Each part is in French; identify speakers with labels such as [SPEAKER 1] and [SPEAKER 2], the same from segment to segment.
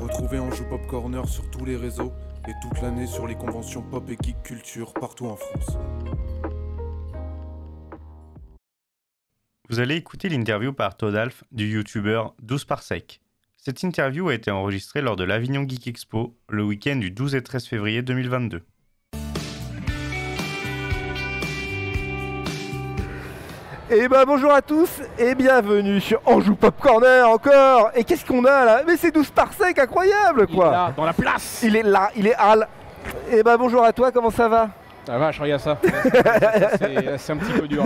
[SPEAKER 1] Retrouvez Anjou Pop Corner sur tous les réseaux et toute l'année sur les conventions pop et geek culture partout en France.
[SPEAKER 2] Vous allez écouter l'interview par Todd Alf du youtubeur 12 par sec. Cette interview a été enregistrée lors de l'Avignon Geek Expo le week-end du 12 et 13 février 2022.
[SPEAKER 3] Et bah bonjour à tous et bienvenue sur Anjou Pop Corner encore Et qu'est-ce qu'on a là Mais c'est 12 par sec, incroyable
[SPEAKER 4] Il est
[SPEAKER 3] quoi
[SPEAKER 4] là, dans la place
[SPEAKER 3] Il est là, il est à l- Et bah bonjour à toi, comment ça va
[SPEAKER 4] La vache, regarde ça C'est euh, c'est un petit peu dur.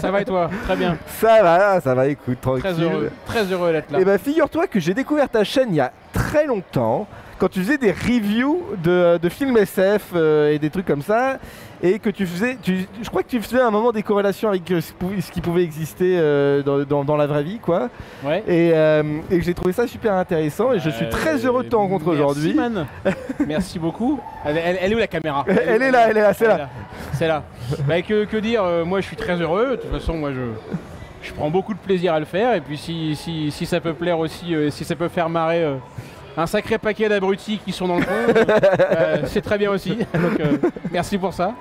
[SPEAKER 4] Ça va et toi Très bien.
[SPEAKER 3] Ça va, ça va, écoute, tranquille.
[SPEAKER 4] Très heureux. Très heureux d'être là.
[SPEAKER 3] Et bah figure-toi que j'ai découvert ta chaîne il y a très longtemps, quand tu faisais des reviews de, de films SF euh, et des trucs comme ça, et que tu faisais, tu- je crois que tu faisais à un moment des corrélations avec euh, ce pou- ce qui pouvait exister euh, dans, dans- dans la vraie vie quoi.
[SPEAKER 4] Ouais.
[SPEAKER 3] Et, euh, et j'ai trouvé ça super intéressant et je suis très
[SPEAKER 4] Euh,
[SPEAKER 3] heureux de te rencontrer
[SPEAKER 4] merci,
[SPEAKER 3] aujourd'hui.
[SPEAKER 4] man. Merci beaucoup. Elle, elle- elle est où la caméra
[SPEAKER 3] Elle, est là, elle est là, c'est là.
[SPEAKER 4] C'est là. Bah, que, que dire euh, Moi, je suis très heureux. De toute façon, moi, je, je prends beaucoup de plaisir à le faire. Et puis, si, si, si ça peut plaire aussi, euh, si ça peut faire marrer euh, un sacré paquet d'abrutis qui sont dans le fond, euh, euh, c'est très bien aussi. Donc, euh, merci pour ça.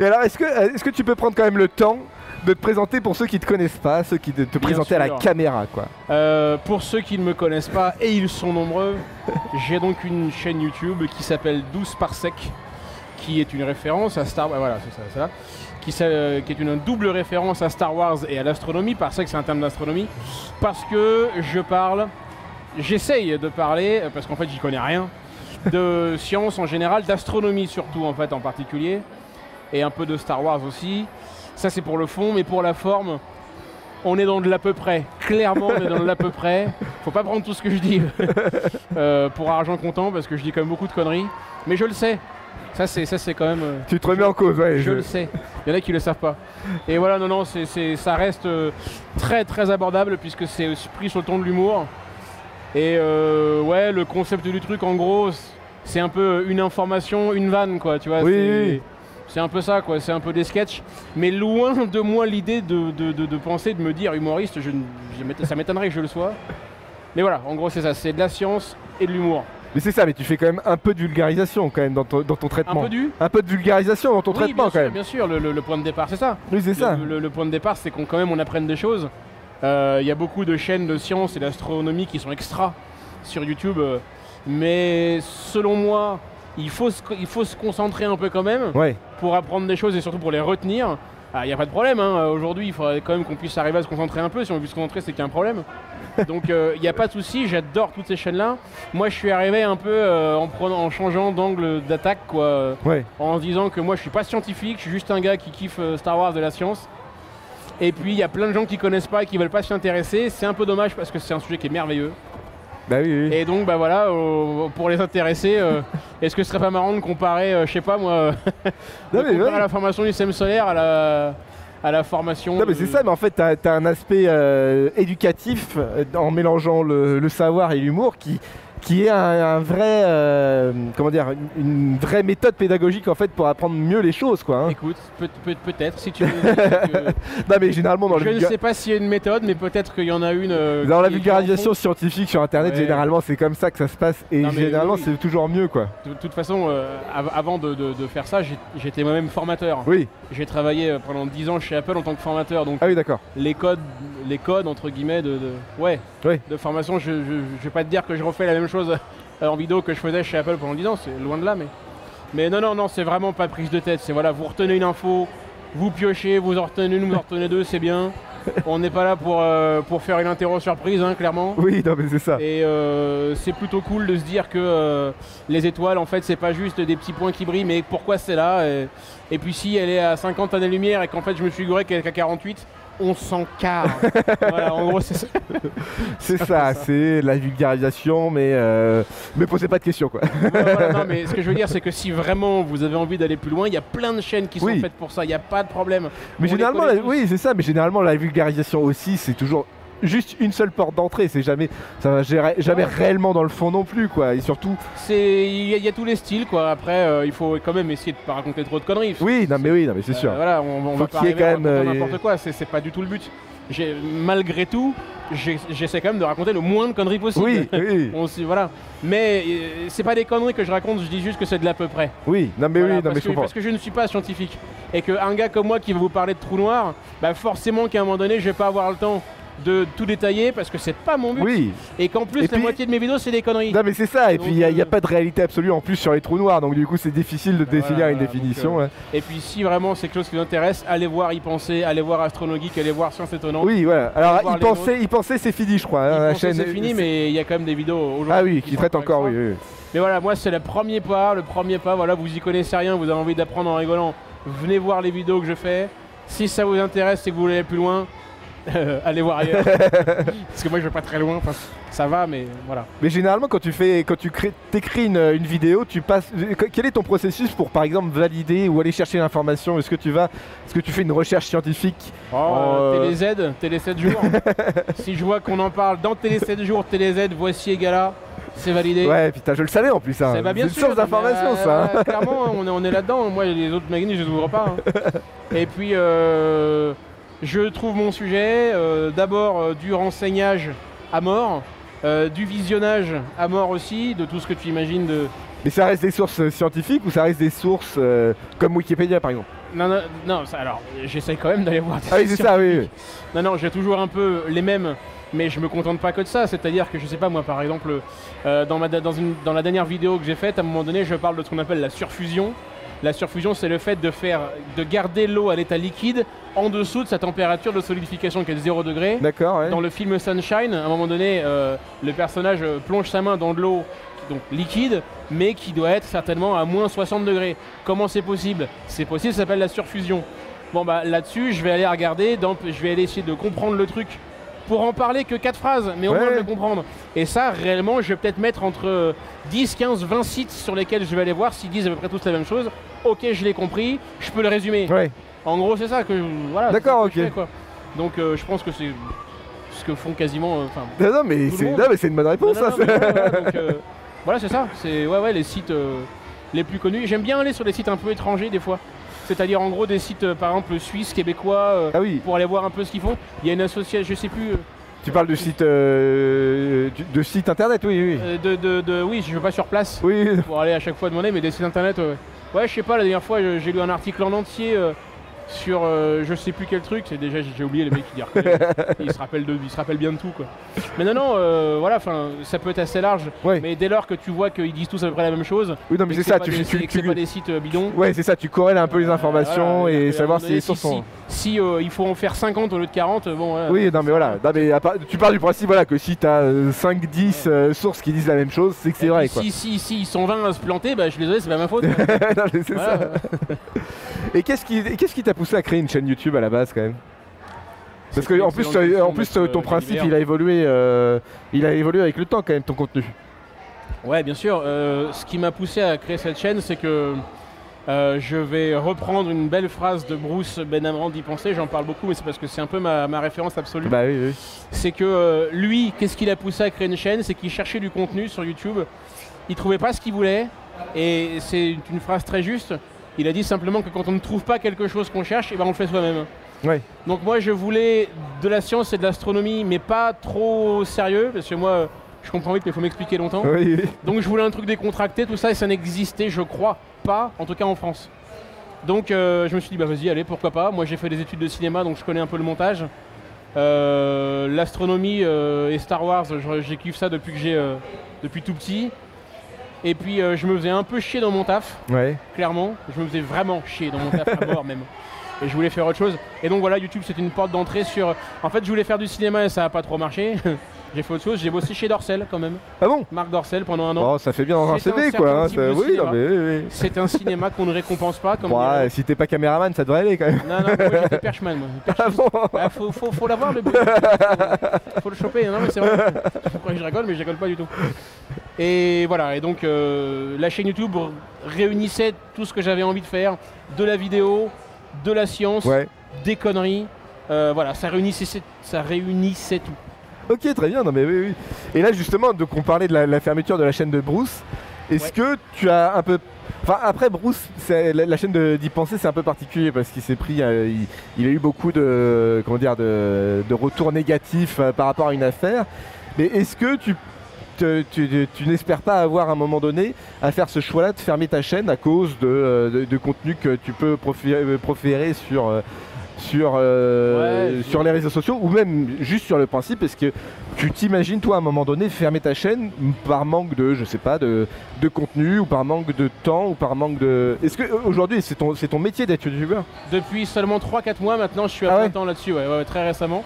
[SPEAKER 3] Et alors, est-ce que, euh, est-ce que tu peux prendre quand même le temps de te présenter pour ceux qui te connaissent pas, ceux qui te, te présentaient à la
[SPEAKER 4] sûr.
[SPEAKER 3] caméra, quoi
[SPEAKER 4] Euh, pour ceux qui ne me connaissent pas, et ils sont nombreux, j'ai donc une chaîne YouTube qui s'appelle 12 par sec, qui est une référence à Star Wars. Voilà, c'est ça, c'est ça. Qui, s'a- euh, qui est une double référence à Star Wars et à l'astronomie. Par sec, c'est un terme d'astronomie. Parce que je parle, j'essaye de parler, euh, parce qu'en fait, j'y connais rien, de science en général, d'astronomie surtout, en fait, en particulier, et un peu de Star Wars aussi. Ça, c'est pour le fond, mais pour la forme. On est dans de l'à peu près. Clairement, on est dans de l'à peu près. Faut pas prendre tout ce que je dis euh, pour argent comptant parce que je dis quand même beaucoup de conneries. Mais je le sais. Ça, c'est ça, c'est quand même. euh,
[SPEAKER 3] Tu te remets en cause, ouais.
[SPEAKER 4] je
[SPEAKER 3] je-
[SPEAKER 4] le sais. Il y en a qui le savent pas. Et voilà, non, non, c'est, c'est- ça reste euh, très, très abordable puisque c'est aussi pris sur le ton de l'humour. Et euh, ouais, le concept du truc, en gros, c- c'est un peu une information, une vanne, quoi. Tu vois.
[SPEAKER 3] Oui,
[SPEAKER 4] c'est,
[SPEAKER 3] oui, oui.
[SPEAKER 4] c'est un peu ça, quoi. C'est un peu des sketchs. Mais loin de moi l'idée de, de- de- de penser, de me dire humoriste. Je, ne- je m'éton- ça m'étonnerait que je le sois. Mais voilà, en gros, c'est ça. C'est de la science et de l'humour.
[SPEAKER 3] Mais c'est ça, mais tu fais quand même un peu de vulgarisation quand même dans ton, dans ton
[SPEAKER 4] Un
[SPEAKER 3] traitement.
[SPEAKER 4] peu du.
[SPEAKER 3] Un peu de vulgarisation dans ton
[SPEAKER 4] Oui,
[SPEAKER 3] traitement
[SPEAKER 4] bien
[SPEAKER 3] quand
[SPEAKER 4] sûr,
[SPEAKER 3] même.
[SPEAKER 4] bien sûr. le- le- le point de départ, c'est ça.
[SPEAKER 3] Oui, c'est
[SPEAKER 4] Le-
[SPEAKER 3] ça.
[SPEAKER 4] Le, le point de départ, c'est qu'on quand même on apprenne des choses. Euh, Il y a beaucoup de chaînes de science et d'astronomie qui sont extra sur YouTube, euh, mais selon moi, il faut, se, co- il faut se concentrer un peu quand même
[SPEAKER 3] Ouais.
[SPEAKER 4] pour apprendre des choses et surtout pour les retenir. Ah, Il n'y a pas de problème, hein. aujourd'hui il faudrait quand même qu'on puisse arriver à se concentrer un peu. Si on veut se concentrer, c'est qu'il y a un problème. Donc euh, il n'y a pas de souci, j'adore toutes ces chaînes-là. Moi je suis arrivé un peu euh, en, prenant, en changeant d'angle d'attaque, quoi euh,
[SPEAKER 3] Ouais.
[SPEAKER 4] en disant que moi je suis pas scientifique, je suis juste un gars qui kiffe euh, Star Wars de la science. Et puis il y a plein de gens qui connaissent pas et qui veulent pas s'y intéresser, c'est un peu dommage parce que c'est un sujet qui est merveilleux.
[SPEAKER 3] Bah oui, oui.
[SPEAKER 4] Et donc bah voilà, euh, pour les intéresser, euh, est-ce que ce serait pas marrant de comparer, euh, je sais pas moi, euh, de
[SPEAKER 3] Non, mais
[SPEAKER 4] comparer
[SPEAKER 3] ouais.
[SPEAKER 4] la formation du système solaire à la, à la formation.
[SPEAKER 3] Non mais
[SPEAKER 4] de-
[SPEAKER 3] c'est ça, mais en fait t'as as un aspect euh, éducatif euh, en mélangeant le, le savoir et l'humour qui, qui est un, un vrai euh, comment dire une, une vraie méthode pédagogique en fait pour apprendre mieux les choses quoi. hein.
[SPEAKER 4] Écoute, peut- peut- peut-être si tu veux. que-
[SPEAKER 3] Non mais généralement dans, le
[SPEAKER 4] je ne
[SPEAKER 3] vulga-
[SPEAKER 4] sais pas s'il y a une méthode, mais peut-être qu'il y en a une. euh,
[SPEAKER 3] dans la
[SPEAKER 4] qui- qui en
[SPEAKER 3] vulgarisation scientifique sur internet
[SPEAKER 4] Ouais.
[SPEAKER 3] généralement c'est comme ça que ça se passe et
[SPEAKER 4] Non, mais
[SPEAKER 3] généralement
[SPEAKER 4] oui, oui.
[SPEAKER 3] c'est toujours mieux quoi.
[SPEAKER 4] De toute façon, euh, av- avant de, de- de faire ça, j'ai- j'étais moi-même formateur.
[SPEAKER 3] Oui,
[SPEAKER 4] J'ai travaillé euh, pendant 10 ans chez Apple en tant que formateur, donc
[SPEAKER 3] ah oui d'accord.
[SPEAKER 4] les codes, les codes entre guillemets de, de- ouais,
[SPEAKER 3] Oui.
[SPEAKER 4] de formation, je, je, je vais pas te dire que je refais la même chose euh, en vidéo que je faisais chez Apple pendant 10 ans, c'est loin de là, mais. Mais non, non, non, c'est vraiment pas prise de tête, c'est voilà, vous retenez une info, vous piochez, vous en retenez une, vous en retenez deux, c'est bien. On n'est pas là pour, euh, pour faire une interro surprise, hein, clairement.
[SPEAKER 3] Oui, non mais c'est ça.
[SPEAKER 4] Et euh, c'est plutôt cool de se dire que euh, les étoiles, en fait, c'est pas juste des petits points qui brillent, mais pourquoi c'est là et, et puis si elle est à 50 années-lumière et qu'en fait je me suis gouré qu'elle est qu'à 48, on s'en carre. voilà, en gros, c'est ça.
[SPEAKER 3] C'est ça, c'est la vulgarisation mais euh, mais posez pas de questions quoi.
[SPEAKER 4] Voilà, voilà, non, mais ce que je veux dire, c'est que si vraiment vous avez envie d'aller plus loin, il y a plein de chaînes qui sont
[SPEAKER 3] Oui.
[SPEAKER 4] faites pour ça, il n'y a pas de problème.
[SPEAKER 3] Mais
[SPEAKER 4] On les
[SPEAKER 3] généralement,
[SPEAKER 4] connaît
[SPEAKER 3] la-
[SPEAKER 4] tous.
[SPEAKER 3] oui, c'est ça, mais généralement, la vulgarisation aussi, c'est toujours juste une seule porte d'entrée. C'est jamais, ça va gérer- jamais
[SPEAKER 4] Ouais.
[SPEAKER 3] réellement dans le fond non plus, quoi. Et surtout,
[SPEAKER 4] C'est- Il y, a- il y a tous les styles, quoi. Après, euh, il faut quand même essayer de pas raconter trop de conneries.
[SPEAKER 3] oui, non, mais oui, non, mais c'est
[SPEAKER 4] Euh,
[SPEAKER 3] sûr.
[SPEAKER 4] Voilà, on, on
[SPEAKER 3] Faut
[SPEAKER 4] va pas
[SPEAKER 3] qu'il y ait
[SPEAKER 4] arriver à
[SPEAKER 3] quand même,
[SPEAKER 4] raconter
[SPEAKER 3] euh,
[SPEAKER 4] n'importe quoi, c'est c'est pas du tout le but. j'ai- malgré tout, j'ai- j'essaie quand même de raconter le moins de conneries possible.
[SPEAKER 3] Oui, oui,
[SPEAKER 4] On s'y- voilà. Mais euh, c'est pas des conneries que je raconte, je dis juste que c'est de l'à peu près.
[SPEAKER 3] oui. Non mais
[SPEAKER 4] Voilà,
[SPEAKER 3] oui, non
[SPEAKER 4] parce,
[SPEAKER 3] mais je
[SPEAKER 4] que,
[SPEAKER 3] comprends.
[SPEAKER 4] parce que je ne suis pas scientifique. Et qu'un gars comme moi qui va vous parler de trous noirs, bah forcément qu'à un moment donné, je vais pas avoir le temps de tout détailler parce que c'est pas mon but.
[SPEAKER 3] Oui,
[SPEAKER 4] Et qu'en
[SPEAKER 3] Et
[SPEAKER 4] plus, la
[SPEAKER 3] puis-
[SPEAKER 4] moitié de mes vidéos, c'est des conneries.
[SPEAKER 3] non mais c'est ça, et
[SPEAKER 4] Donc,
[SPEAKER 3] puis il n'y a,
[SPEAKER 4] euh,
[SPEAKER 3] y a pas de réalité absolue en plus sur les trous noirs, donc du coup c'est difficile de
[SPEAKER 4] Voilà,
[SPEAKER 3] définir une
[SPEAKER 4] Euh, voilà, donc,
[SPEAKER 3] définition. hein.
[SPEAKER 4] euh,
[SPEAKER 3] ouais.
[SPEAKER 4] Et puis, si vraiment c'est quelque chose qui vous intéresse, allez voir Y penser, allez voir Astronogeek, allez voir Science Étonnante.
[SPEAKER 3] Oui, voilà. Alors
[SPEAKER 4] voir
[SPEAKER 3] il
[SPEAKER 4] les
[SPEAKER 3] pensait, il pensait c'est fini, je crois. hein,
[SPEAKER 4] Y
[SPEAKER 3] la
[SPEAKER 4] penser,
[SPEAKER 3] chaîne.
[SPEAKER 4] c'est fini,
[SPEAKER 3] c'est-
[SPEAKER 4] mais il y a quand même des vidéos aujourd'hui.
[SPEAKER 3] Ah oui, qui
[SPEAKER 4] sont
[SPEAKER 3] traite
[SPEAKER 4] avec
[SPEAKER 3] encore,
[SPEAKER 4] ça.
[SPEAKER 3] oui, oui.
[SPEAKER 4] Mais voilà, moi c'est le premier pas, le premier pas, voilà, vous y connaissez rien, vous avez envie d'apprendre en rigolant, venez voir les vidéos que je fais. Si ça vous intéresse et que vous voulez aller plus loin, euh, allez voir ailleurs. Parce que moi je vais pas très loin, enfin, ça va, mais voilà.
[SPEAKER 3] Mais généralement, quand tu fais, quand tu crées, t'écris une, une vidéo, tu passes. Quel est ton processus pour, par exemple, valider ou aller chercher l'information Est-ce que tu vas, est-ce que tu fais une recherche scientifique
[SPEAKER 4] Oh, euh,
[SPEAKER 3] euh,
[SPEAKER 4] Télé Z, Télé 7 jours. si je vois qu'on en parle dans Télé 7 jours, Télé Z, voici et gala, c'est validé.
[SPEAKER 3] Ouais, putain, je le savais en plus. hein.
[SPEAKER 4] Ça va Eh ben, bien
[SPEAKER 3] C'est une
[SPEAKER 4] sûr,
[SPEAKER 3] source d'information,
[SPEAKER 4] mais, euh,
[SPEAKER 3] ça. hein.
[SPEAKER 4] euh, clairement, on est, on est là-dedans. Moi, les autres magazines, je les ouvre pas. hein. Et puis, euh, je trouve mon sujet. euh, D'abord, euh, du renseignage à mort. euh, du visionnage à mort aussi, de tout ce que tu imagines de...
[SPEAKER 3] Mais ça reste des sources euh, scientifiques ou ça reste des sources euh, comme Wikipédia, par exemple
[SPEAKER 4] Non, non, non ça, alors, j'essaie quand même d'aller voir des
[SPEAKER 3] Ah oui, c'est
[SPEAKER 4] sciences.
[SPEAKER 3] ça, oui. oui.
[SPEAKER 4] Non, non, j'ai toujours un peu les mêmes, mais je me contente pas que de ça. C'est-à-dire que, je sais pas, moi, par exemple, euh, dans, ma, dans, une- dans la dernière vidéo que j'ai faite, à un moment donné, je parle de ce qu'on appelle la surfusion. La surfusion, c'est le fait de, faire, de garder l'eau à l'état liquide en dessous de sa température de solidification qui est de 0 degré.
[SPEAKER 3] D'accord, ouais.
[SPEAKER 4] Dans le film Sunshine, à un moment donné, euh, le personnage euh, plonge sa main dans de l'eau qui- donc liquide, mais qui doit être certainement à moins 60 degrés. Comment c'est possible C'est possible, ça s'appelle la surfusion. Bon bah là-dessus, je vais aller regarder, dans- je vais aller essayer de comprendre le truc. Pour en parler que quatre phrases, mais au
[SPEAKER 3] Ouais.
[SPEAKER 4] moins je vais comprendre. Et ça, réellement, je vais peut-être mettre entre euh, 10, 15, 20 sites sur lesquels je vais aller voir s'ils disent à peu près tous la même chose. Ok, je l'ai compris, je peux le résumer.
[SPEAKER 3] Ouais.
[SPEAKER 4] En gros, c'est ça que je- voilà.
[SPEAKER 3] D'accord,
[SPEAKER 4] c'est ça que je
[SPEAKER 3] ok.
[SPEAKER 4] fais, quoi. Donc euh, je pense que c'est ce que font quasiment. euh, Enfin.
[SPEAKER 3] Non, non, mais
[SPEAKER 4] Tout le
[SPEAKER 3] c'est,
[SPEAKER 4] monde.
[SPEAKER 3] non, mais c'est une bonne
[SPEAKER 4] non,
[SPEAKER 3] réponse. hein, ça,
[SPEAKER 4] non, non,
[SPEAKER 3] c'est-
[SPEAKER 4] mais voilà, donc, euh, voilà, c'est ça. C'est ouais, ouais, les sites euh, les plus connus. J'aime bien aller sur des sites un peu étrangers des fois. C'est-à-dire en gros des sites euh, par exemple suisses, québécois, euh,
[SPEAKER 3] Ah oui,
[SPEAKER 4] pour aller voir un peu ce qu'ils font. Il y a une association, je sais plus, euh,
[SPEAKER 3] tu parles de site, euh, du- de site internet, oui, oui.
[SPEAKER 4] euh, de, de, de- oui, je veux pas sur place
[SPEAKER 3] Oui, oui,
[SPEAKER 4] pour aller à chaque fois demander, mais des sites internet. Ouais, ouais. Ouais, je sais pas. La dernière fois, je- j'ai lu un article en entier. euh, sur euh, je sais plus quel truc, c'est déjà j'ai j'ai oublié les mecs qui ils se rappellent de, ils se rappellent bien de tout quoi. Mais non non, euh, voilà, enfin ça peut être assez large.
[SPEAKER 3] ouais.
[SPEAKER 4] Mais dès lors que tu vois qu'ils disent tous à peu près la même chose,
[SPEAKER 3] oui, non, mais
[SPEAKER 4] et
[SPEAKER 3] c'est
[SPEAKER 4] que
[SPEAKER 3] ça,
[SPEAKER 4] pas
[SPEAKER 3] tu,
[SPEAKER 4] des-
[SPEAKER 3] tu-
[SPEAKER 4] et que
[SPEAKER 3] tu-
[SPEAKER 4] c'est pas des sites euh, bidons.
[SPEAKER 3] Ouais, c'est ça, tu corrèles un peu les
[SPEAKER 4] euh,
[SPEAKER 3] informations
[SPEAKER 4] voilà,
[SPEAKER 3] et
[SPEAKER 4] à un
[SPEAKER 3] savoir
[SPEAKER 4] moment
[SPEAKER 3] si
[SPEAKER 4] donné,
[SPEAKER 3] les sources
[SPEAKER 4] si,
[SPEAKER 3] sont.
[SPEAKER 4] si, si, euh, il faut en faire 50 au lieu de 40, bon. voilà.
[SPEAKER 3] Oui, non mais voilà, non, mais à part- tu pars du principe voilà, que si t'as euh, 5-10 sources qui disent la même chose, c'est que
[SPEAKER 4] Et
[SPEAKER 3] c'est vrai
[SPEAKER 4] puis
[SPEAKER 3] quoi.
[SPEAKER 4] Si, si, si ils sont 20 à se planter, bah je suis désolé, c'est pas ma faute. quoi.
[SPEAKER 3] Non, mais c'est
[SPEAKER 4] Voilà.
[SPEAKER 3] ça. Et qu'est-ce qui et qu'est-ce qui t'a poussé à créer une chaîne YouTube à la base quand même Parce
[SPEAKER 4] C'est
[SPEAKER 3] que en
[SPEAKER 4] une
[SPEAKER 3] plus,
[SPEAKER 4] excellente
[SPEAKER 3] euh, en
[SPEAKER 4] question,
[SPEAKER 3] plus
[SPEAKER 4] maître,
[SPEAKER 3] euh, ton
[SPEAKER 4] euh,
[SPEAKER 3] principe
[SPEAKER 4] Gilbert.
[SPEAKER 3] il a évolué euh, il a évolué avec le temps quand même ton contenu.
[SPEAKER 4] Ouais, bien sûr. euh, ce qui m'a poussé à créer cette chaîne, c'est que euh, je vais reprendre une belle phrase de Bruce Benamran d'y penser. J'en parle beaucoup, mais c'est parce que c'est un peu ma, ma référence absolue.
[SPEAKER 3] Bah oui, oui.
[SPEAKER 4] c'est que euh, lui, qu'est-ce qui l'a poussé à créer une chaîne C'est qu'il cherchait du contenu sur YouTube. Il trouvait pas ce qu'il voulait. Et c'est une phrase très juste. Il a dit simplement que quand on ne trouve pas quelque chose qu'on cherche, eh ben on le fait soi-même.
[SPEAKER 3] Ouais.
[SPEAKER 4] Donc moi, je voulais de la science et de l'astronomie, mais pas trop sérieux, parce que moi, euh, je comprends vite, mais il faut m'expliquer longtemps.
[SPEAKER 3] Oui, oui.
[SPEAKER 4] Donc je voulais un truc décontracté, tout ça, et ça n'existait, je crois, pas, en tout cas en France. Donc euh, je me suis dit, bah vas-y, allez, pourquoi pas. Moi j'ai fait des études de cinéma, donc je connais un peu le montage. Euh, L'astronomie euh, et Star Wars, je- j'ai kiffé ça depuis que j'ai, euh, depuis tout petit. Et puis euh, je me faisais un peu chier dans mon taf,
[SPEAKER 3] Ouais.
[SPEAKER 4] clairement. Je me faisais vraiment chier dans mon taf à mort même. Et je voulais faire autre chose. Et donc voilà, YouTube c'était une porte d'entrée sur. En fait, je voulais faire du cinéma et ça n'a pas trop marché. j'ai fait autre chose. J'ai bossé chez Dorcel quand même.
[SPEAKER 3] Ah bon
[SPEAKER 4] Marc Dorcel pendant un an.
[SPEAKER 3] Oh, ça fait bien dans un
[SPEAKER 4] C'était un
[SPEAKER 3] CV
[SPEAKER 4] certain
[SPEAKER 3] quoi. hein,
[SPEAKER 4] type
[SPEAKER 3] ça-
[SPEAKER 4] de
[SPEAKER 3] oui, non
[SPEAKER 4] cinéma.
[SPEAKER 3] mais oui, oui.
[SPEAKER 4] C'est un cinéma qu'on ne récompense pas. Comme
[SPEAKER 3] Bon,
[SPEAKER 4] dirait-
[SPEAKER 3] ah, si t'es pas caméraman, ça devrait aller quand même.
[SPEAKER 4] Non, non, moi j'étais perchman, moi.
[SPEAKER 3] Ah bon
[SPEAKER 4] Ah, faut, faut, faut l'avoir le but. Faut, faut le choper. Non, mais c'est vrai. Je crois que je rigole, mais je rigole pas du tout. Et voilà. Et donc, euh, la chaîne YouTube réunissait tout ce que j'avais envie de faire de la vidéo, de la science,
[SPEAKER 3] Ouais.
[SPEAKER 4] des conneries. Euh, voilà, ça réunissait, ça réunissait tout.
[SPEAKER 3] Ok, très bien. Non, mais oui, oui. Et là, justement, donc on parlait de la, la fermeture de la chaîne de Bruce. Est-ce
[SPEAKER 4] Ouais.
[SPEAKER 3] que tu as un peu Enfin, après, Bruce, c'est- la, la chaîne de- d'y penser, c'est un peu particulier parce qu'il s'est pris. euh, il, il a eu beaucoup de, comment dire, de, de retours négatifs euh, par rapport à une affaire. Mais est-ce que tu, te- tu, tu- tu n'espères pas avoir à un moment donné à faire ce choix-là de fermer ta chaîne à cause de, euh, de, de contenu que tu peux profé- euh, proférer sur. euh, sur, euh,
[SPEAKER 4] Ouais,
[SPEAKER 3] sur les réseaux sociaux ou même juste sur le principe est-ce que tu t'imagines toi à un moment donné fermer ta chaîne par manque de je sais pas de, de contenu ou par manque de temps ou par manque de est-ce que euh, aujourd'hui c'est ton c'est ton métier d'être youtubeur
[SPEAKER 4] Depuis seulement 3-4 mois maintenant, je suis à
[SPEAKER 3] Ah
[SPEAKER 4] plein
[SPEAKER 3] ouais
[SPEAKER 4] temps là-dessus, ouais, ouais, très récemment.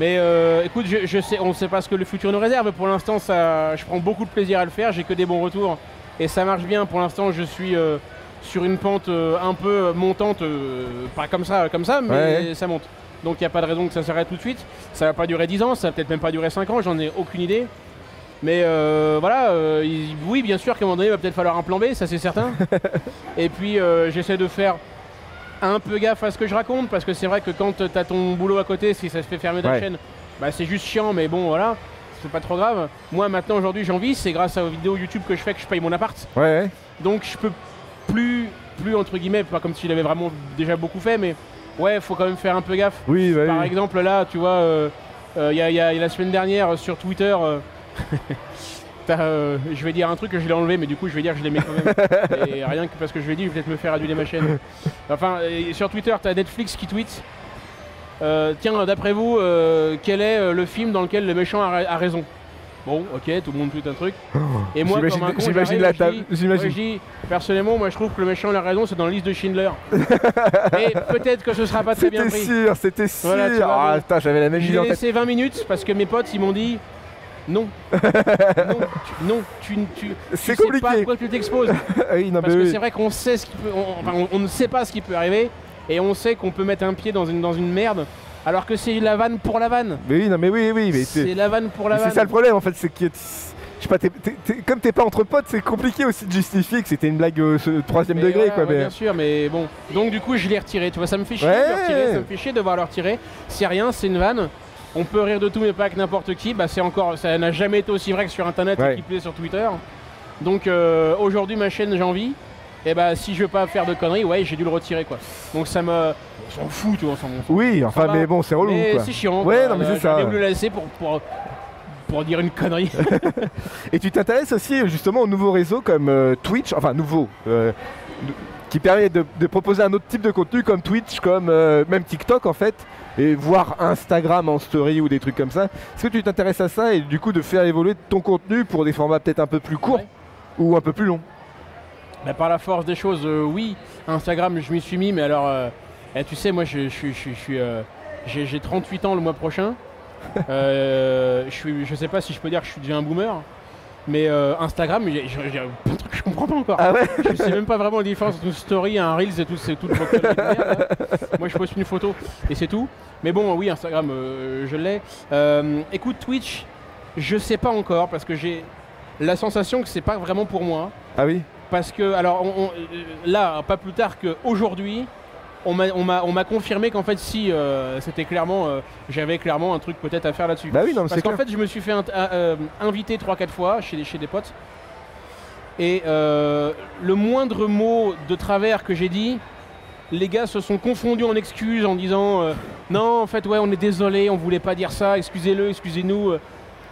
[SPEAKER 4] Mais euh, écoute, je, je sais, on ne sait pas ce que le futur nous réserve. Pour l'instant, ça, je prends beaucoup de plaisir à le faire. J'ai que des bons retours et ça marche bien. Pour l'instant, je suis euh, sur une pente euh, un peu montante, euh, pas comme ça, comme ça, mais
[SPEAKER 3] Ouais,
[SPEAKER 4] ça monte. Donc il n'y a pas de raison que ça s'arrête tout de suite. Ça va pas durer 10 ans, ça va peut-être même pas durer 5 ans. J'en ai aucune idée. Mais euh, voilà, euh, il- oui, bien sûr qu'à un moment donné, il va peut-être falloir un plan B, ça c'est certain. Et puis euh, j'essaie de faire un peu gaffe à ce que je raconte parce que c'est vrai que quand t'as ton boulot à côté, si ça se fait fermer ta
[SPEAKER 3] Ouais.
[SPEAKER 4] chaîne, bah c'est juste chiant, mais bon voilà, c'est pas trop grave. Moi maintenant aujourd'hui j'en vis, c'est grâce aux vidéos YouTube que je fais que je paye mon appart.
[SPEAKER 3] ouais, ouais.
[SPEAKER 4] Donc je peux plus, plus entre guillemets, pas comme s'il avait vraiment déjà beaucoup fait, mais ouais, faut quand même faire un peu gaffe.
[SPEAKER 3] oui bah
[SPEAKER 4] Par
[SPEAKER 3] oui.
[SPEAKER 4] exemple, là, tu vois, euh, il y, a- y a- y a la semaine dernière euh, sur Twitter. euh, t'as, euh, je vais dire un truc que je l'ai enlevé, mais du coup, je vais dire que je l'aimais quand même. Et rien que parce que je l'ai dit, je vais peut-être me faire aduler ma chaîne. Enfin, et sur Twitter, t'as Netflix qui tweet. euh, tiens, d'après vous, euh, quel est euh, le film dans lequel le méchant a, ra- a raison Bon, ok, tout le monde tweet un truc. Et moi,
[SPEAKER 3] Oh, J'imagine-
[SPEAKER 4] comme un con,
[SPEAKER 3] j'imagine
[SPEAKER 4] j'arrive
[SPEAKER 3] la
[SPEAKER 4] et je
[SPEAKER 3] table,
[SPEAKER 4] dis-
[SPEAKER 3] j'imagine.
[SPEAKER 4] moi, je dis, personnellement, moi, je trouve que le méchant il a raison, c'est dans la liste de Schindler. Mais peut-être que ce sera pas très bien
[SPEAKER 3] c'était
[SPEAKER 4] pris.
[SPEAKER 3] sûr c'était sûr
[SPEAKER 4] Voilà, tu vois,
[SPEAKER 3] ah
[SPEAKER 4] donc,
[SPEAKER 3] putain j'avais la même idée
[SPEAKER 4] J'ai
[SPEAKER 3] en tête
[SPEAKER 4] laissé 20 minutes parce que mes potes ils m'ont dit non. non, tu, non, tu, tu, tu
[SPEAKER 3] c'est
[SPEAKER 4] sais pas à
[SPEAKER 3] compliqué Ah
[SPEAKER 4] quoi tu t'exposes.
[SPEAKER 3] oui, non,
[SPEAKER 4] Parce
[SPEAKER 3] mais
[SPEAKER 4] que
[SPEAKER 3] oui.
[SPEAKER 4] c'est vrai qu'on sait ce qui peut. On, enfin, on- on ne sait pas ce qui peut arriver et on sait qu'on peut mettre un pied dans une, dans une merde alors que c'est la vanne pour la vanne.
[SPEAKER 3] mais oui non mais oui oui mais
[SPEAKER 4] C'est
[SPEAKER 3] c'est
[SPEAKER 4] la vanne pour la
[SPEAKER 3] mais c'est
[SPEAKER 4] vanne.
[SPEAKER 3] ça le problème en fait c'est que je sais pas t'es- t'es- t'es- comme t'es pas entre potes c'est compliqué aussi de justifier que c'était une blague au ce- troisième
[SPEAKER 4] Mais
[SPEAKER 3] degré
[SPEAKER 4] voilà,
[SPEAKER 3] quoi
[SPEAKER 4] ouais,
[SPEAKER 3] mais-
[SPEAKER 4] Bien sûr, mais bon. Donc du coup, je l'ai retiré. Tu vois, ça me fait chier
[SPEAKER 3] Ouais.
[SPEAKER 4] de le retirer, ça me fait chier de devoir le retirer. C'est rien, c'est une vanne. On peut rire de tout, mais pas avec n'importe qui. Bah, c'est encore, ça n'a jamais été aussi vrai que sur Internet
[SPEAKER 3] Ouais.
[SPEAKER 4] et qui plaît sur Twitter. Donc euh, aujourd'hui, ma chaîne, j'en vis. Et bah, si je veux pas faire de conneries, ouais, j'ai dû le retirer quoi. Donc ça me, on s'en fout, tu vois, on s'en on s'en-
[SPEAKER 3] oui enfin
[SPEAKER 4] va.
[SPEAKER 3] mais bon c'est relou
[SPEAKER 4] Mais
[SPEAKER 3] quoi
[SPEAKER 4] c'est chiant.
[SPEAKER 3] Ouais,
[SPEAKER 4] quoi.
[SPEAKER 3] non, mais
[SPEAKER 4] Euh,
[SPEAKER 3] c'est ça.
[SPEAKER 4] j'aurais voulu le laisser pour, pour, pour dire une connerie.
[SPEAKER 3] Et tu t'intéresses aussi euh, justement aux nouveaux réseaux comme euh, Twitch, enfin nouveau, euh, de- qui permet de, de proposer un autre type de contenu comme Twitch, comme euh, même TikTok en fait, et voir Instagram en story ou des trucs comme ça. Est-ce que tu t'intéresses à ça et du coup de faire évoluer ton contenu pour des formats peut-être un peu plus courts
[SPEAKER 4] Ouais.
[SPEAKER 3] ou un peu plus longs
[SPEAKER 4] Bah, par la force des choses, euh, oui. Instagram, je m'y suis mis, mais alors, euh, eh, tu sais, moi, je, je suis- je suis- je suis, euh, j'ai j'ai 38 ans le mois prochain. Euh, je, suis, je sais pas si je peux dire que je suis déjà un boomer, mais euh, Instagram, j'ai- j'ai- j'ai plein de trucs que je comprends pas encore.
[SPEAKER 3] Ah ouais
[SPEAKER 4] Je sais même pas vraiment la différence entre une story et un Reels et tout, c'est tout le bordel de merde, là. Moi, je poste une photo et c'est tout. Mais bon, oui, Instagram, euh, je l'ai. Euh, écoute, Twitch, je sais pas encore parce que j'ai la sensation que c'est pas vraiment pour moi.
[SPEAKER 3] Ah oui
[SPEAKER 4] Parce que, alors, on- on- euh, là, pas plus tard qu'aujourd'hui, on m'a- on m'a on m'a confirmé qu'en fait, si, euh, c'était clairement, euh, j'avais clairement un truc peut-être à faire là-dessus.
[SPEAKER 3] Bah oui, non, mais c'est
[SPEAKER 4] Parce qu'en
[SPEAKER 3] clair.
[SPEAKER 4] fait, je me suis fait int- un- euh, inviter 3-4 fois chez, des- chez des potes. Et euh, le moindre mot de travers que j'ai dit, les gars se sont confondus en excuses en disant euh, Non, en fait, ouais, on est désolé, on voulait pas dire ça, excusez-le, excusez-nous. euh,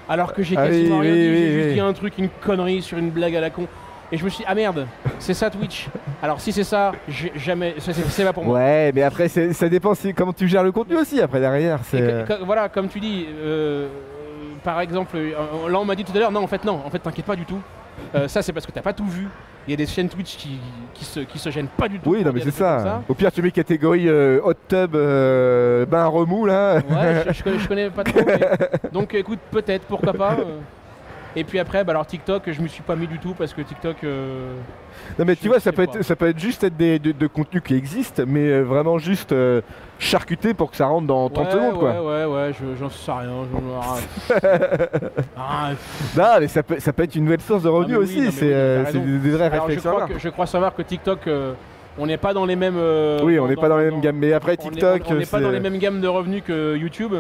[SPEAKER 4] Alors que j'ai
[SPEAKER 3] Ah oui,
[SPEAKER 4] quasiment rien
[SPEAKER 3] oui,
[SPEAKER 4] dit, j'ai
[SPEAKER 3] oui,
[SPEAKER 4] juste
[SPEAKER 3] oui.
[SPEAKER 4] dit un truc, une connerie sur une blague à la con. Et je me suis dit Ah merde, c'est ça Twitch. Alors si c'est ça, j'ai jamais. C'est c'est- c'est pas pour moi.
[SPEAKER 3] Ouais, mais après c'est- ça dépend si, comment tu gères le contenu aussi après derrière.
[SPEAKER 4] Et
[SPEAKER 3] c'est- euh,
[SPEAKER 4] que- que- voilà, comme tu dis, euh, euh, par exemple, euh, là on m'a dit tout à l'heure, non, en fait, non, en fait, t'inquiète pas du tout. Euh, ça, c'est parce que t'as pas tout vu. Il y a des chaînes Twitch qui, qui, se, qui se gênent pas du tout.
[SPEAKER 3] Oui,
[SPEAKER 4] pour
[SPEAKER 3] non mais
[SPEAKER 4] dire
[SPEAKER 3] c'est
[SPEAKER 4] des trucs
[SPEAKER 3] ça.
[SPEAKER 4] comme
[SPEAKER 3] Au pire, tu mets catégorie euh, hot tub, euh, bain à remous là.
[SPEAKER 4] Ouais, je, je connais, je connais pas trop. mais- Donc écoute, peut-être, pourquoi pas. euh. Et puis après, bah, alors TikTok, je me suis pas mis du tout parce que TikTok. euh,
[SPEAKER 3] Non mais
[SPEAKER 4] Je
[SPEAKER 3] tu vois, ça
[SPEAKER 4] sais
[SPEAKER 3] peut,
[SPEAKER 4] pas.
[SPEAKER 3] être, ça peut être juste être des, de, de contenus qui existent, mais euh, vraiment juste euh, charcuté pour que ça rentre dans 30
[SPEAKER 4] ouais,
[SPEAKER 3] secondes quoi.
[SPEAKER 4] Ouais, ouais, ouais, je- j'en sais rien. Je... Ah,
[SPEAKER 3] Non mais ça peut, ça peut être une nouvelle source de revenus
[SPEAKER 4] mais oui, non,
[SPEAKER 3] aussi,
[SPEAKER 4] mais oui,
[SPEAKER 3] c'est
[SPEAKER 4] t'as
[SPEAKER 3] euh,
[SPEAKER 4] raison.
[SPEAKER 3] c'est des, des vraies
[SPEAKER 4] alors, je,
[SPEAKER 3] réflexions.
[SPEAKER 4] crois que- je crois savoir que TikTok, euh, on n'est pas dans les mêmes. euh,
[SPEAKER 3] Oui, on n'est pas dans les mêmes gammes, mais après
[SPEAKER 4] On est-
[SPEAKER 3] TikTok,
[SPEAKER 4] On n'est pas dans
[SPEAKER 3] c'est- euh,
[SPEAKER 4] les mêmes gammes de revenus que YouTube.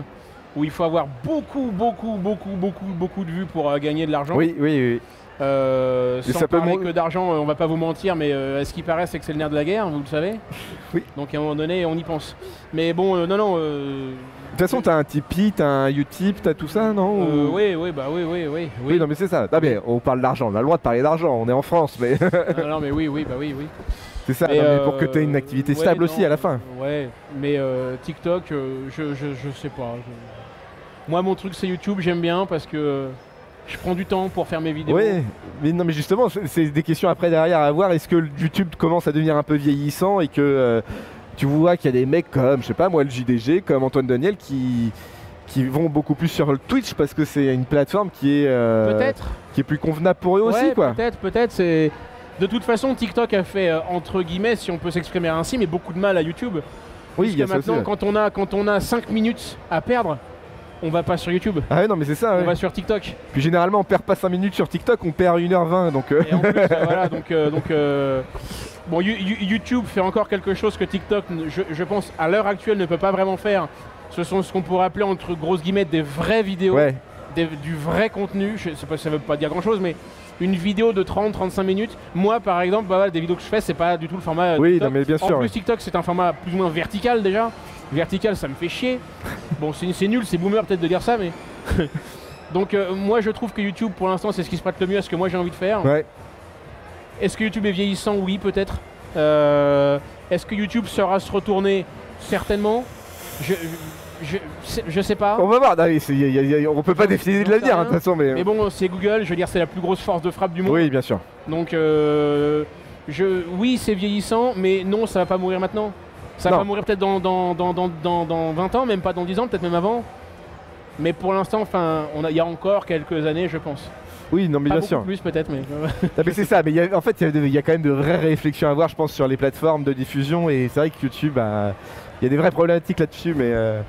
[SPEAKER 4] où il faut avoir beaucoup, beaucoup, beaucoup, beaucoup, beaucoup de vues pour euh, gagner de l'argent.
[SPEAKER 3] Oui, oui, oui.
[SPEAKER 4] Euh,
[SPEAKER 3] Et
[SPEAKER 4] sans
[SPEAKER 3] ça peut
[SPEAKER 4] parler
[SPEAKER 3] mon-
[SPEAKER 4] que d'argent, euh, on va pas vous mentir, mais euh, à ce qui paraît, c'est que c'est le nerf de la guerre, vous le savez.
[SPEAKER 3] Oui.
[SPEAKER 4] Donc à un moment donné, on y pense. Mais bon, euh, non, non. euh,
[SPEAKER 3] De toute façon, t'as un Tipeee, t'as un Utip, t'as tout ça, non
[SPEAKER 4] euh,
[SPEAKER 3] Ou-
[SPEAKER 4] oui, oui, bah oui, oui, oui.
[SPEAKER 3] Oui, non, mais c'est ça. Ah, mais on parle d'argent, on a le droit de parler d'argent, on est en France, mais
[SPEAKER 4] non, non, mais oui, oui, bah oui, oui.
[SPEAKER 3] c'est ça.
[SPEAKER 4] Mais,
[SPEAKER 3] non, hein, mais pour que
[SPEAKER 4] euh,
[SPEAKER 3] tu aies une activité
[SPEAKER 4] ouais,
[SPEAKER 3] stable aussi
[SPEAKER 4] non,
[SPEAKER 3] à la fin.
[SPEAKER 4] euh, Ouais, mais euh, TikTok, euh, je, je, je sais pas. je- Moi, mon truc, c'est YouTube, j'aime bien parce que euh, je prends du temps pour faire mes vidéos.
[SPEAKER 3] Oui, mais non, mais justement, c'est- c'est des questions après derrière à voir. Est-ce que le YouTube commence à devenir un peu vieillissant et que euh, tu vois qu'il y a des mecs comme, je sais pas moi, le JDG, comme Antoine Daniel qui qui vont beaucoup plus sur le Twitch parce que c'est une plateforme qui est euh,
[SPEAKER 4] Peut-être.
[SPEAKER 3] qui est plus convenable pour eux
[SPEAKER 4] Ouais,
[SPEAKER 3] aussi quoi.
[SPEAKER 4] Peut-être, peut-être. C'est de toute façon TikTok a fait euh, entre guillemets, si on peut s'exprimer ainsi, mais beaucoup de mal à YouTube.
[SPEAKER 3] Oui,
[SPEAKER 4] Parce
[SPEAKER 3] il y a
[SPEAKER 4] que
[SPEAKER 3] ça aussi.
[SPEAKER 4] maintenant,
[SPEAKER 3] ouais.
[SPEAKER 4] quand on a quand on a 5 minutes à perdre, on va pas sur YouTube,
[SPEAKER 3] Ah ouais, non mais c'est ça.
[SPEAKER 4] on
[SPEAKER 3] ouais.
[SPEAKER 4] va sur TikTok.
[SPEAKER 3] Puis généralement on perd pas 5 minutes sur TikTok, on perd 1h20 donc euh,
[SPEAKER 4] Et en plus, euh, voilà, donc euh, donc. euh, Bon, You- You- YouTube fait encore quelque chose que TikTok, ne- je, je pense, à l'heure actuelle, ne peut pas vraiment faire. Ce sont ce qu'on pourrait appeler, entre grosses guillemets, des vraies vidéos.
[SPEAKER 3] ouais.
[SPEAKER 4] des- du vrai contenu, je sais pas, ça veut pas dire grand chose, mais une vidéo de 30-35 minutes, moi par exemple, bah, voilà, des vidéos que je fais, c'est pas du tout le format. euh,
[SPEAKER 3] Oui,
[SPEAKER 4] TikTok.
[SPEAKER 3] non mais bien
[SPEAKER 4] en
[SPEAKER 3] sûr.
[SPEAKER 4] plus, TikTok c'est un format plus ou moins vertical déjà. Vertical, ça me fait chier. bon, c'est c'est nul, c'est boomer peut-être de dire ça, mais. Donc, euh, moi je trouve que YouTube pour l'instant c'est ce qui se prête le mieux à ce que moi j'ai envie de faire.
[SPEAKER 3] Ouais.
[SPEAKER 4] Est-ce que YouTube est vieillissant Oui, peut-être. Euh, Est-ce que YouTube saura se retourner Certainement. Je, je, je- je sais pas.
[SPEAKER 3] On va voir, non, mais c'est- y a- y a- y a- on peut pas décider de
[SPEAKER 4] J'en sais
[SPEAKER 3] l'avenir hein, de
[SPEAKER 4] rien.
[SPEAKER 3] toute façon mais,
[SPEAKER 4] Mais bon, c'est Google, je veux dire, c'est la plus grosse force de frappe du monde.
[SPEAKER 3] Oui, bien sûr.
[SPEAKER 4] Donc, euh, je, oui, c'est vieillissant, mais non, ça va pas mourir maintenant. Ça
[SPEAKER 3] Non.
[SPEAKER 4] va pas mourir peut-être dans, dans, dans, dans, dans, dans 20 ans, même pas dans 10 ans, peut-être même avant. Mais pour l'instant, enfin, on a- il y a encore quelques années, je pense.
[SPEAKER 3] Oui, non mais
[SPEAKER 4] pas
[SPEAKER 3] bien
[SPEAKER 4] beaucoup
[SPEAKER 3] sûr.
[SPEAKER 4] plus peut-être, mais euh,
[SPEAKER 3] Ah, mais c'est ça, mais il y a- en fait, il y, a de- il y a quand même de vraies réflexions à avoir, je pense, sur les plateformes de diffusion. Et c'est vrai que YouTube, bah, il y a des vraies problématiques là-dessus, mais, euh,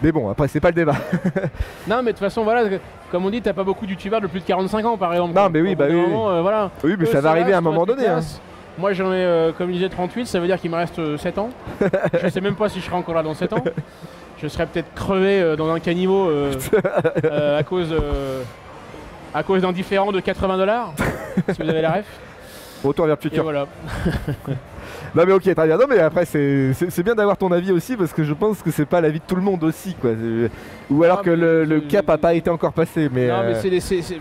[SPEAKER 3] mais bon, après, c'est pas le débat.
[SPEAKER 4] non, mais de toute façon, voilà, comme on dit, t'as pas beaucoup d'youtubeurs de plus de 45 ans, par exemple.
[SPEAKER 3] Non, mais oui,
[SPEAKER 4] Au bout
[SPEAKER 3] bah
[SPEAKER 4] d'un
[SPEAKER 3] oui, oui.
[SPEAKER 4] moment, euh, voilà.
[SPEAKER 3] Oui, mais
[SPEAKER 4] Eux,
[SPEAKER 3] ça va
[SPEAKER 4] c'est
[SPEAKER 3] arriver
[SPEAKER 4] là,
[SPEAKER 3] à un
[SPEAKER 4] toi,
[SPEAKER 3] moment
[SPEAKER 4] tu
[SPEAKER 3] donné. hein.
[SPEAKER 4] classes. Moi j'en ai, euh, comme je disais, 38, ça veut dire qu'il me reste euh, 7 ans. je sais même pas si je serai encore là dans 7 ans. Je serai peut-être crevé euh, dans un caniveau euh, euh, à cause, euh, à cause d'un différent de 80 dollars. si vous avez la ref. hein.
[SPEAKER 3] Retour vers le
[SPEAKER 4] Et
[SPEAKER 3] futur.
[SPEAKER 4] voilà.
[SPEAKER 3] Non, mais ok, très bien. Non, mais après, c'est c'est- c'est bien d'avoir ton avis aussi, parce que je pense que c'est pas l'avis de tout le monde aussi, quoi. C'est- Ou alors
[SPEAKER 4] Ah,
[SPEAKER 3] que
[SPEAKER 4] mais
[SPEAKER 3] le, le
[SPEAKER 4] je-
[SPEAKER 3] cap a pas été encore passé, mais.
[SPEAKER 4] Non, mais
[SPEAKER 3] euh,
[SPEAKER 4] c'est les- c'est- c'est-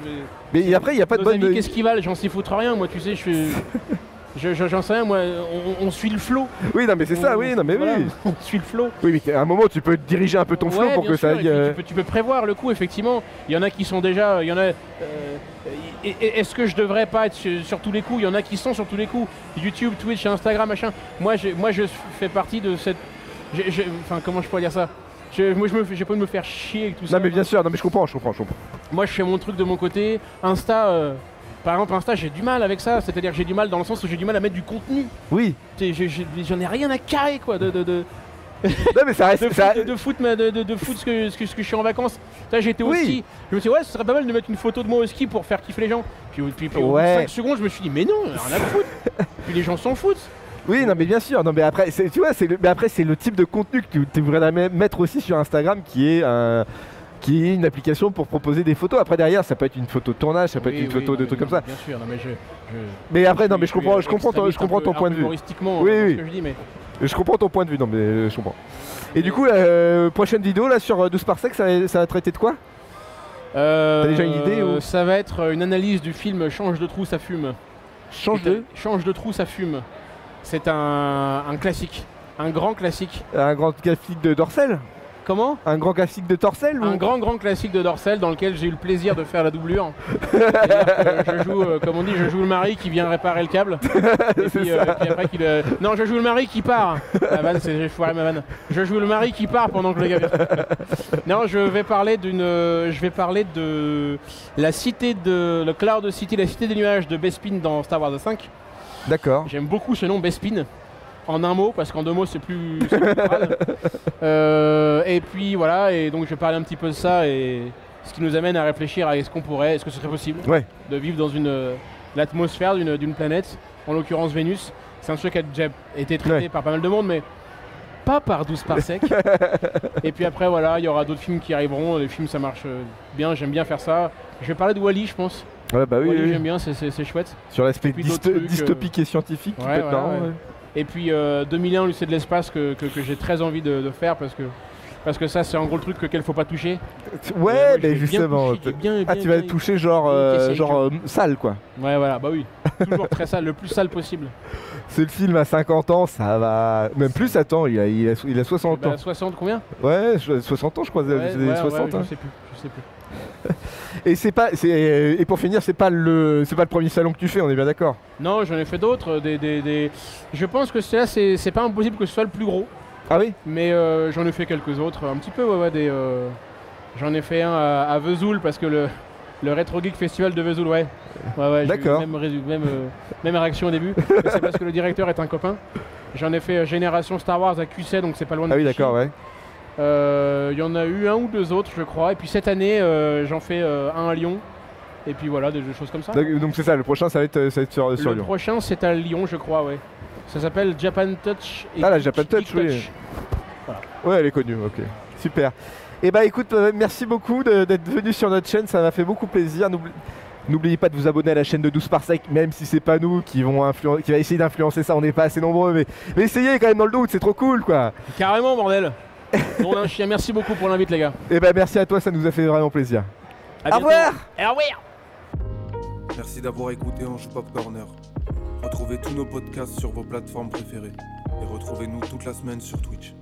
[SPEAKER 3] mais et après, il n'y a pas de
[SPEAKER 4] nos
[SPEAKER 3] bonne.
[SPEAKER 4] amis, qu'est-ce qu'ils valent J'en sais foutre rien. Moi, tu sais, je suis. je- je- J'en sais rien, moi, on, on suit le flot.
[SPEAKER 3] Oui, non, mais c'est ça,
[SPEAKER 4] On-
[SPEAKER 3] oui, non, mais
[SPEAKER 4] voilà,
[SPEAKER 3] oui.
[SPEAKER 4] On suit le flot.
[SPEAKER 3] Oui, mais à un moment, tu peux diriger un peu ton
[SPEAKER 4] Ouais,
[SPEAKER 3] flow pour
[SPEAKER 4] bien
[SPEAKER 3] que ça
[SPEAKER 4] sûr, et
[SPEAKER 3] aille.
[SPEAKER 4] puis
[SPEAKER 3] euh,
[SPEAKER 4] tu, peux, tu peux prévoir le coup, effectivement. Il y en a qui sont déjà. Il y en a. euh, et- et- Est-ce que je devrais pas être sur, sur tous les coups Il y en a qui sont sur tous les coups. YouTube, Twitch, Instagram, machin. Moi, je, moi, je fais partie de cette. je- je- Enfin, comment je pourrais dire ça je, Moi, je me, fais- j'ai pas envie de me faire chier avec tout ça.
[SPEAKER 3] Non, mais bien sûr, non, mais je comprends, je comprends, je comprends.
[SPEAKER 4] Moi, je fais mon truc de mon côté. Insta. euh, par exemple, Insta, j'ai du mal avec ça. C'est-à-dire que j'ai du mal dans le sens où j'ai du mal à mettre du contenu.
[SPEAKER 3] Oui,
[SPEAKER 4] T'es- j'ai- j'ai- J'en ai rien à carrer, quoi. De, de, de,
[SPEAKER 3] non, mais ça
[SPEAKER 4] de
[SPEAKER 3] reste. ça-
[SPEAKER 4] foot, de foot, mais de, de- de foot ce que, ce, que, ce que je suis en vacances. Là j'étais au
[SPEAKER 3] Oui.
[SPEAKER 4] ski. Je me suis dit ouais ce serait pas mal de mettre une photo de moi au ski pour faire kiffer les gens. Puis, puis, puis
[SPEAKER 3] Ouais.
[SPEAKER 4] 5 secondes je me suis dit mais non, rien à foutre. puis les gens s'en foutent.
[SPEAKER 3] Oui, non, mais bien sûr. Non, mais après, c'est- tu vois, c'est le, mais après, c'est le type de contenu que tu, tu voudrais me- mettre aussi sur Instagram, qui est un- qui est une application pour proposer des photos. Après, derrière, ça peut être une photo de tournage, ça peut être une photo de trucs comme ça.
[SPEAKER 4] Bien sûr, non mais je. je-
[SPEAKER 3] Mais après, non, mais je
[SPEAKER 4] suis,
[SPEAKER 3] comprends,
[SPEAKER 4] euh,
[SPEAKER 3] je comprends, ton, je
[SPEAKER 4] extrémiste
[SPEAKER 3] comprends
[SPEAKER 4] un peu-
[SPEAKER 3] ton point
[SPEAKER 4] un
[SPEAKER 3] de
[SPEAKER 4] peu
[SPEAKER 3] vue.
[SPEAKER 4] Humoristiquement,
[SPEAKER 3] Oui,
[SPEAKER 4] euh,
[SPEAKER 3] oui.
[SPEAKER 4] ce que je dis, mais
[SPEAKER 3] Je comprends ton point de vue. Non, mais euh, je comprends. Et du coup, euh, prochaine vidéo là sur euh, 12 par sec, ça, va- ça va traiter de quoi
[SPEAKER 4] euh,
[SPEAKER 3] T'as déjà une idée, ou
[SPEAKER 4] Ça va être une analyse du film Change de trou, ça fume.
[SPEAKER 3] Change
[SPEAKER 4] Et, euh, Change de trou, ça fume. C'est un, un classique, un grand classique.
[SPEAKER 3] Un grand classique de dorsel
[SPEAKER 4] Comment
[SPEAKER 3] Un grand classique de torsel
[SPEAKER 4] Un
[SPEAKER 3] ou-
[SPEAKER 4] grand grand classique de Dorsel dans lequel j'ai eu le plaisir de faire la doublure. C'est-à-dire que je joue, euh, comme on dit, je joue le mari qui vient réparer le câble. Et puis, euh, puis après qu'il, euh, Non, je joue le mari qui part. hein. La vanne, c'est j'ai foiré ma vanne. Je joue le mari qui part pendant que le gars. non, je vais parler d'une, euh, je vais parler de la cité de le Cloud City, la cité des nuages de Bespin dans Star Wars 5.
[SPEAKER 3] D'accord.
[SPEAKER 4] J'aime beaucoup ce nom Bespin. En un mot, parce qu'en deux mots c'est plus. c'est plus moral. Euh, et puis voilà, et donc je vais parler un petit peu de ça et ce qui nous amène à réfléchir à est-ce qu'on pourrait, est-ce que ce serait possible
[SPEAKER 3] Ouais.
[SPEAKER 4] de vivre dans une euh, l'atmosphère d'une d'une planète, en l'occurrence Vénus. C'est un sujet qui a déjà été traité
[SPEAKER 3] Ouais.
[SPEAKER 4] par pas mal de monde, mais pas par 12 par sec. et puis après, voilà, il y aura d'autres films qui arriveront. Les films, ça marche euh, bien, j'aime bien faire ça. Je vais parler de Wally, je pense.
[SPEAKER 3] Ouais, bah oui,
[SPEAKER 4] Wall-E,
[SPEAKER 3] oui, oui.
[SPEAKER 4] j'aime bien, c'est- c'est c'est chouette.
[SPEAKER 3] Sur l'aspect
[SPEAKER 4] Puis d'autres
[SPEAKER 3] dysto-
[SPEAKER 4] trucs, euh,
[SPEAKER 3] dystopique et scientifique qui
[SPEAKER 4] ouais,
[SPEAKER 3] peut être
[SPEAKER 4] ouais,
[SPEAKER 3] marrant,
[SPEAKER 4] ouais.
[SPEAKER 3] ouais.
[SPEAKER 4] Et puis euh, 2001, lycée de l'espace, que, que- que j'ai très envie de, de faire parce que. Parce que ça, c'est en gros le truc auquel faut pas toucher.
[SPEAKER 3] Ouais,
[SPEAKER 4] Et moi, je
[SPEAKER 3] mais
[SPEAKER 4] l'ai bien
[SPEAKER 3] justement.
[SPEAKER 4] touché, j'ai bien,
[SPEAKER 3] Ah,
[SPEAKER 4] bien,
[SPEAKER 3] tu vas
[SPEAKER 4] bien-
[SPEAKER 3] toucher genre, euh,
[SPEAKER 4] Qu'est-ce qu'il y a
[SPEAKER 3] genre euh, sale quoi.
[SPEAKER 4] Ouais, voilà, bah oui. Toujours très sale, le plus sale possible.
[SPEAKER 3] C'est le film à 50 ans, ça va. Même plus, attends, il a, il a, il a 60 ans.
[SPEAKER 4] Bah, 60, combien
[SPEAKER 3] Ouais, je- 60 ans, je crois. c'est
[SPEAKER 4] Ouais,
[SPEAKER 3] des
[SPEAKER 4] ouais, ouais,
[SPEAKER 3] 60.
[SPEAKER 4] Je
[SPEAKER 3] hein.
[SPEAKER 4] sais plus, je sais plus.
[SPEAKER 3] Et c'est pas, c'est, et pour finir, c'est pas le, c'est pas le premier salon que tu fais, on est bien d'accord.
[SPEAKER 4] Non, j'en ai fait d'autres. euh, Des, des- des- Je pense que celui-là, c'est c'est pas impossible que ce soit le plus gros.
[SPEAKER 3] Ah oui.
[SPEAKER 4] Mais euh, j'en ai fait quelques autres, un petit peu, ouais, ouais, des. euh, J'en ai fait un à, à Vesoul parce que le, le Retro Geek Festival de Vesoul, ouais. Ouais, ouais, j'ai eu
[SPEAKER 3] D'accord.
[SPEAKER 4] Même, résu- même, euh, même réaction au début. mais c'est parce que le directeur est un copain. J'en ai fait euh, Génération Star Wars à QC, donc c'est pas loin de
[SPEAKER 3] Ah oui,
[SPEAKER 4] Clichy.
[SPEAKER 3] d'accord, ouais.
[SPEAKER 4] Euh, Il y en a eu un ou deux autres, je crois. Et puis cette année, euh, j'en fais euh, un à Lyon. Et puis voilà, des choses comme ça.
[SPEAKER 3] Donc, donc c'est ça, le prochain, ça va être, ça va être sur, sur
[SPEAKER 4] le
[SPEAKER 3] Lyon.
[SPEAKER 4] prochain, c'est à Lyon, je crois, ouais. Ça s'appelle Japan Touch. Et
[SPEAKER 3] Ah, la Japan
[SPEAKER 4] Geek
[SPEAKER 3] Touch, oui. Ouais, elle est connue, ok. Super. Eh ben écoute, euh, merci beaucoup de- d'être venu sur notre chaîne, ça m'a fait beaucoup plaisir. N'oubli- N'oubliez pas de vous abonner à la chaîne de 12 par sec, même si c'est pas nous qui vont influen- qui va essayer d'influencer ça, on n'est pas assez nombreux, mais, mais essayez quand même dans le doute, c'est trop cool quoi.
[SPEAKER 4] Carrément, bordel. Bon, un chien, merci beaucoup pour l'invite, les gars.
[SPEAKER 3] Eh ben merci à toi, ça nous a fait vraiment plaisir.
[SPEAKER 4] À
[SPEAKER 3] Au
[SPEAKER 4] bientôt.
[SPEAKER 3] revoir
[SPEAKER 4] Au revoir.
[SPEAKER 1] Merci d'avoir écouté Ange Pop Corner. Retrouvez tous nos podcasts sur vos plateformes préférées et retrouvez-nous toute la semaine sur Twitch.